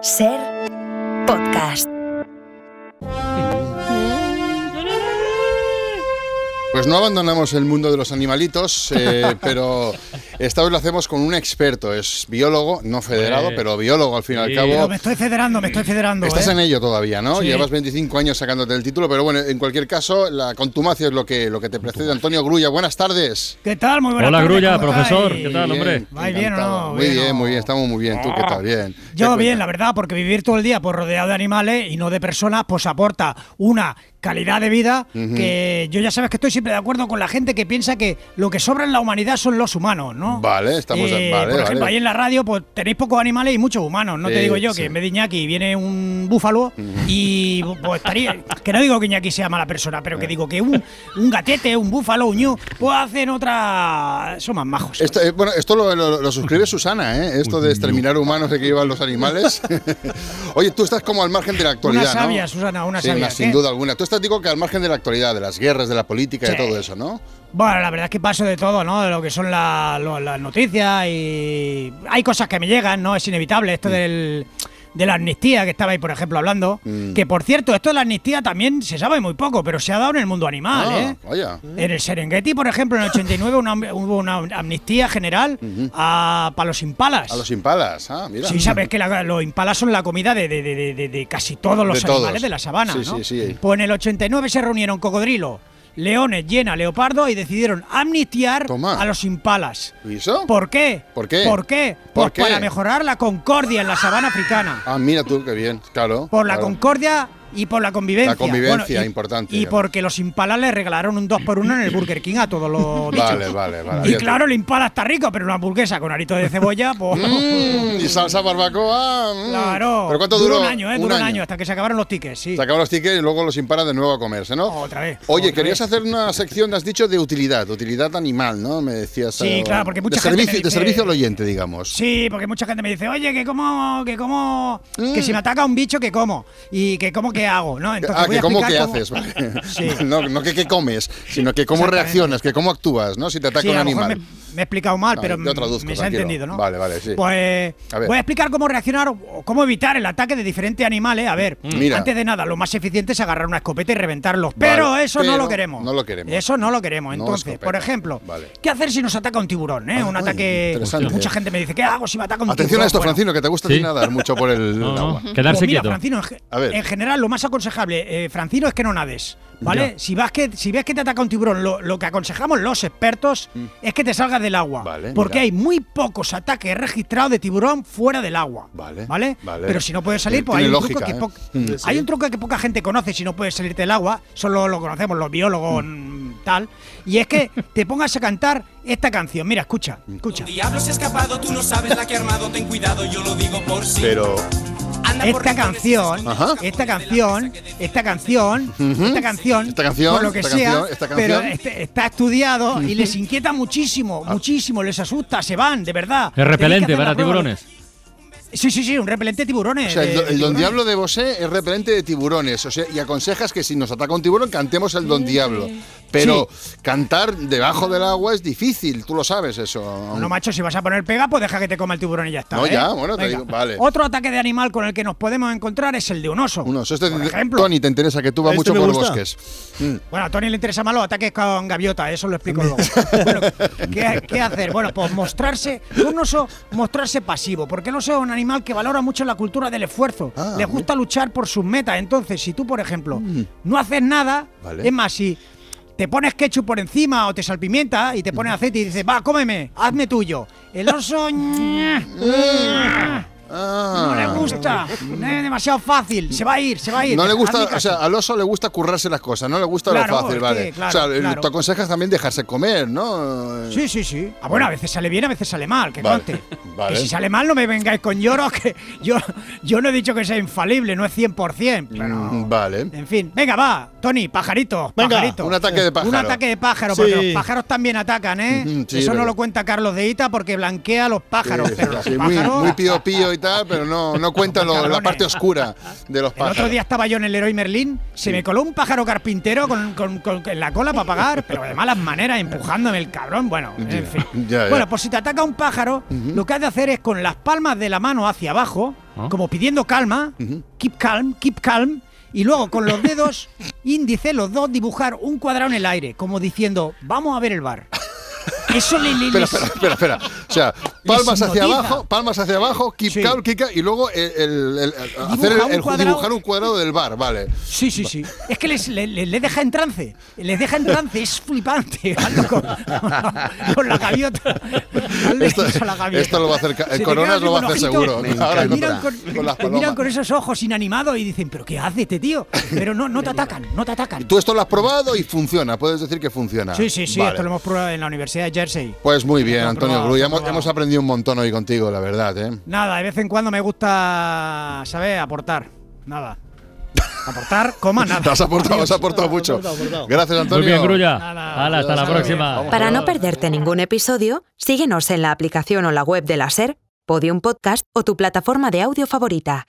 Ser podcast. Pues no abandonamos el mundo de los animalitos, eh, pero esta vez lo hacemos con un experto. Es biólogo, no federado, Hombre. pero biólogo al fin y al Sí. Pero cabo. me estoy federando, me estoy federando. Estás ¿eh? en ello todavía, ¿no? Sí. Llevas 25 años sacándote el título, pero bueno, en cualquier caso, la contumacia es lo que, lo que te precede. Antonio Grulla, buenas tardes. ¿Qué tal? Muy buenas Hola, tardes, Grulla, ¿cómo profesor, estáis? ¿qué tal, hombre? ¿Vais bien o encantado. no? Muy ¿Bien o bien, no? muy bien, estamos muy bien. ¿Tú qué tal? Bien. Yo ¿Qué cuentas? bien, la verdad, porque vivir todo el día pues rodeado de animales y no de personas, pues aporta una calidad de vida que yo ya sabes que estoy siempre de acuerdo con la gente que piensa que lo que sobra en la humanidad son los humanos, ¿no? Vale, estamos de- Eh, vale, Por ejemplo, vale. ahí en la radio pues tenéis pocos animales y muchos humanos. No Sí, te digo yo sí. que en vez de Iñaki viene un búfalo y pues estaría... Que no digo que Iñaki sea mala persona, pero que Eh. digo que un, un gatete, un búfalo, un ñu, pues hacen otra... Son más majos. Esto, eh, bueno, esto lo, lo- lo suscribe Susana, ¿eh? Esto de exterminar humanos y que llevan los animales. Oye, tú estás como al margen de la actualidad, Una sabia, ¿no? Susana, una Sí, sabia, na- sin ¿qué? duda alguna. Tú estás, digo, que al margen de la actualidad, de las guerras, de la política, de Sí. todo eso, ¿no? Bueno, la verdad es que paso de todo, ¿no? De lo que son la- lo- las noticias y hay cosas que me llegan, ¿no? Es inevitable esto del, de la amnistía que estaba ahí, por ejemplo, hablando. Mm. Que, por cierto, esto de la amnistía también se sabe muy poco, pero se ha dado en el mundo animal, Ah, ¿eh? Vaya. En el Serengeti, por ejemplo, en el 89 una am- hubo una amnistía general a, para los impalas. A los impalas, ah, mira. Sí, sabes que la- los impalas son la comida de, de- de- de- de casi todos los De todos. animales de la sabana. Sí, ¿no? sí, sí. Pues en el 89 se reunieron cocodrilo, leones, llena, leopardo y decidieron amnistiar Toma. a los impalas. ¿Y eso? ¿Por qué? ¿Por qué? ¿Por qué? ¿Por Pues qué? para mejorar la concordia en la sabana africana. Ah, mira tú, qué bien, claro. Por la claro. concordia y por la convivencia. La convivencia, y- importante. Y porque los impalas le regalaron un 2 por 1 en el Burger King a todos los bichos. Vale, vale, vale. Y fíjate. claro, el impala está rico, pero una hamburguesa con arito de cebolla, pues... Mm, y salsa barbacoa. mm. Claro. ¿Pero cuánto duró? un año, ¿eh? Duró un año, hasta que se acabaron los tickets, sí. Se acabaron los tickets y luego los impalas de nuevo a comerse, ¿no? Otra vez. Oye, otra querías vez. hacer una sección, has dicho, de utilidad, utilidad animal, ¿no? Me decías. Sí, algo- claro, porque mucha de gente me servicio, De dice- servicio al oyente, digamos. Sí, porque mucha gente me dice, oye, que como, que como, Mm. que si me ataca un bicho, que como, y que como, que hago, ¿no? Entonces ah, voy a que cómo que explicar cómo- haces, vale. Sí. No, no que qué comes, sino que cómo Exactamente. reaccionas, que cómo actúas, ¿no? Si te ataca Sí, un a lo mejor animal. me, me he explicado mal, Ah, pero yo traduzco, me se ha tranquilo. entendido, ¿no? Vale, vale, sí. Pues A ver. voy a explicar cómo reaccionar o cómo evitar el ataque de diferentes animales. A ver, Mm. Mira. antes de nada, lo más eficiente es agarrar una escopeta y reventarlos. Pero Vale, eso pero no lo queremos. no lo queremos. Eso no lo queremos. No Entonces, por escopeta. ejemplo, Vale. ¿qué hacer si nos ataca un tiburón? eh? Ah, un oye, ataque. interesante. Mucha gente me dice, ¿qué hago si me ataca un Atención tiburón? a esto, Bueno, Francino, que te gusta Sí. a ti nadar mucho por el No, no, agua. Quedarse pues mira, quieto. Francino, en, ge- A ver. en general lo más aconsejable, eh, Francino, es que no nades. ¿Vale? Ya. Si, vas que, si ves que te ataca un tiburón, lo, lo que aconsejamos los expertos es que te salgas del agua. Mm. Vale, porque mira. hay muy pocos ataques registrados de tiburón fuera del agua. Vale, ¿Vale? vale. Pero si no puedes salir, Tiene- pues hay tiene un, lógica, truco que ¿eh? poca- Mm. hay un truco que poca gente conoce si no puedes salirte del agua. Solo lo conocemos los biólogos mm, tal. Y es que te pongas a cantar esta canción. Mira, escucha, escucha. Mm. Diablos escapado, tú no sabes la que ha armado, ten cuidado, yo lo digo por si. Pero Anda por esta rincones, canción, Ajá. esta canción, esta canción, esta canción, Esta canción, por lo que esta sea, canción, esta canción. Ah. pero este- está estudiado y les inquieta muchísimo, muchísimo, les asusta, se van, de verdad. Es Tenéis que repelente hacer la para prueba. tiburones. Sí, sí, sí, un repelente de tiburones. o sea, el, de- do- el don Eh, tiburones. Diablo de Bosé es repelente de tiburones. O sea, y aconsejas que si nos ataca un tiburón, cantemos el don Diablo. Pero cantar debajo del agua es difícil, tú lo sabes eso. No, macho, si vas a poner pega, pues deja que te coma el tiburón y ya está. No, ¿eh? ya, bueno, te Venga. digo, vale. Otro ataque de animal con el que nos podemos encontrar es el de un oso. Uno, eso es este de- por ejemplo. Tony, te interesa que tú vas Este mucho me por gusta. bosques. Bueno, a Tony le interesa más los ataques con gaviota, eso lo explico luego. Bueno, ¿qué, qué hacer? Bueno, pues mostrarse, un oso, mostrarse pasivo, porque el oso es un animal que valora mucho la cultura del esfuerzo, Ah, Mm. le gusta luchar por sus metas. Entonces, si tú, por ejemplo, no haces nada, Vale. es más, si te pones ketchup por encima o te salpimienta y te Mm. pones aceite y dices, va, cómeme, hazme tuyo. El oso. No Ah. le gusta, es demasiado fácil, se va a ir, se va a ir. No le gusta, Hazme o sea, al oso le gusta currarse las cosas, no le gusta Claro, lo fácil, es ¿vale? que, claro, o sea, el- claro. tú aconsejas también dejarse comer, ¿no? Sí, sí, sí. Ah, bueno, a veces sale bien, a veces sale mal, que Vale, conste. vale. Que si sale mal no me vengáis con lloros, que yo, yo no he dicho que sea infalible, no es 100%, pero... Mm, Vale. En fin, venga, va, Tony, pajarito, Venga, pajarito. un ataque de pájaro. Un ataque de pájaro, porque Sí. los pájaros también atacan, ¿eh? Ujú, sí, Eso no verdad. lo cuenta Carlos de Ita porque blanquea a los pájaros, Sí, pero los sí, muy, pájaros... muy pío pío y tal, pero no, no gusta lo- la cabrones. parte oscura de los El pájaros. otro día estaba yo en el Leroy Merlín, se me coló un pájaro carpintero con, con- con- en la cola para pagar, pero de malas maneras, empujándome el cabrón. Bueno, en Ya, fin. ya, ya. Bueno, pues si te ataca un pájaro, lo que has de hacer es con las palmas de la mano hacia abajo, como pidiendo calma, keep calm, keep calm, y luego con los dedos índice, los dos, dibujar un cuadrado en el aire, como diciendo, vamos a ver el bar. Eso le, le- Espera, les- espera, espera, espera. O sea, palmas hacia hipnotiza. abajo, palmas hacia abajo, keep Sí. calm, kick out, y luego el, el- el- hacer el, un el- cuadrado. dibujar un cuadrado del bar, vale. Sí, sí, sí. Es que les, le- le- le deja en trance. Les deja en trance. Es flipante. Hazlo con, con la gaviota. Hazle Esto- eso a la gaviota. esto lo va a hacer ca- el Se te Coronas quedan lo va a con hacer ojitos, seguro. Me te encanta. miran con, Con las te miran palomas. con esos ojos inanimados y dicen, pero ¿qué hace este tío? Pero no, no te atacan, no te atacan. Tú esto lo has probado y funciona, puedes decir que funciona. Sí, sí, sí. Vale. Esto lo hemos probado en la Universidad de Jersey. Pues muy bien, Lo he Antonio probado, Gru, lo he ya hemos, probado. hemos aprendido un montón hoy contigo, la verdad, ¿eh? Nada, de vez en cuando me gusta, ¿sabes? Aportar. Nada. Aportar, coma, Te nada. has aportado, has aportado mucho. Gracias, Antonio. Muy bien, Grulla. Nada, Hala, hasta la nada, próxima. vamos. Para no perderte ningún episodio, síguenos en la aplicación o la web de la SER, Podium Podcast o tu plataforma de audio favorita.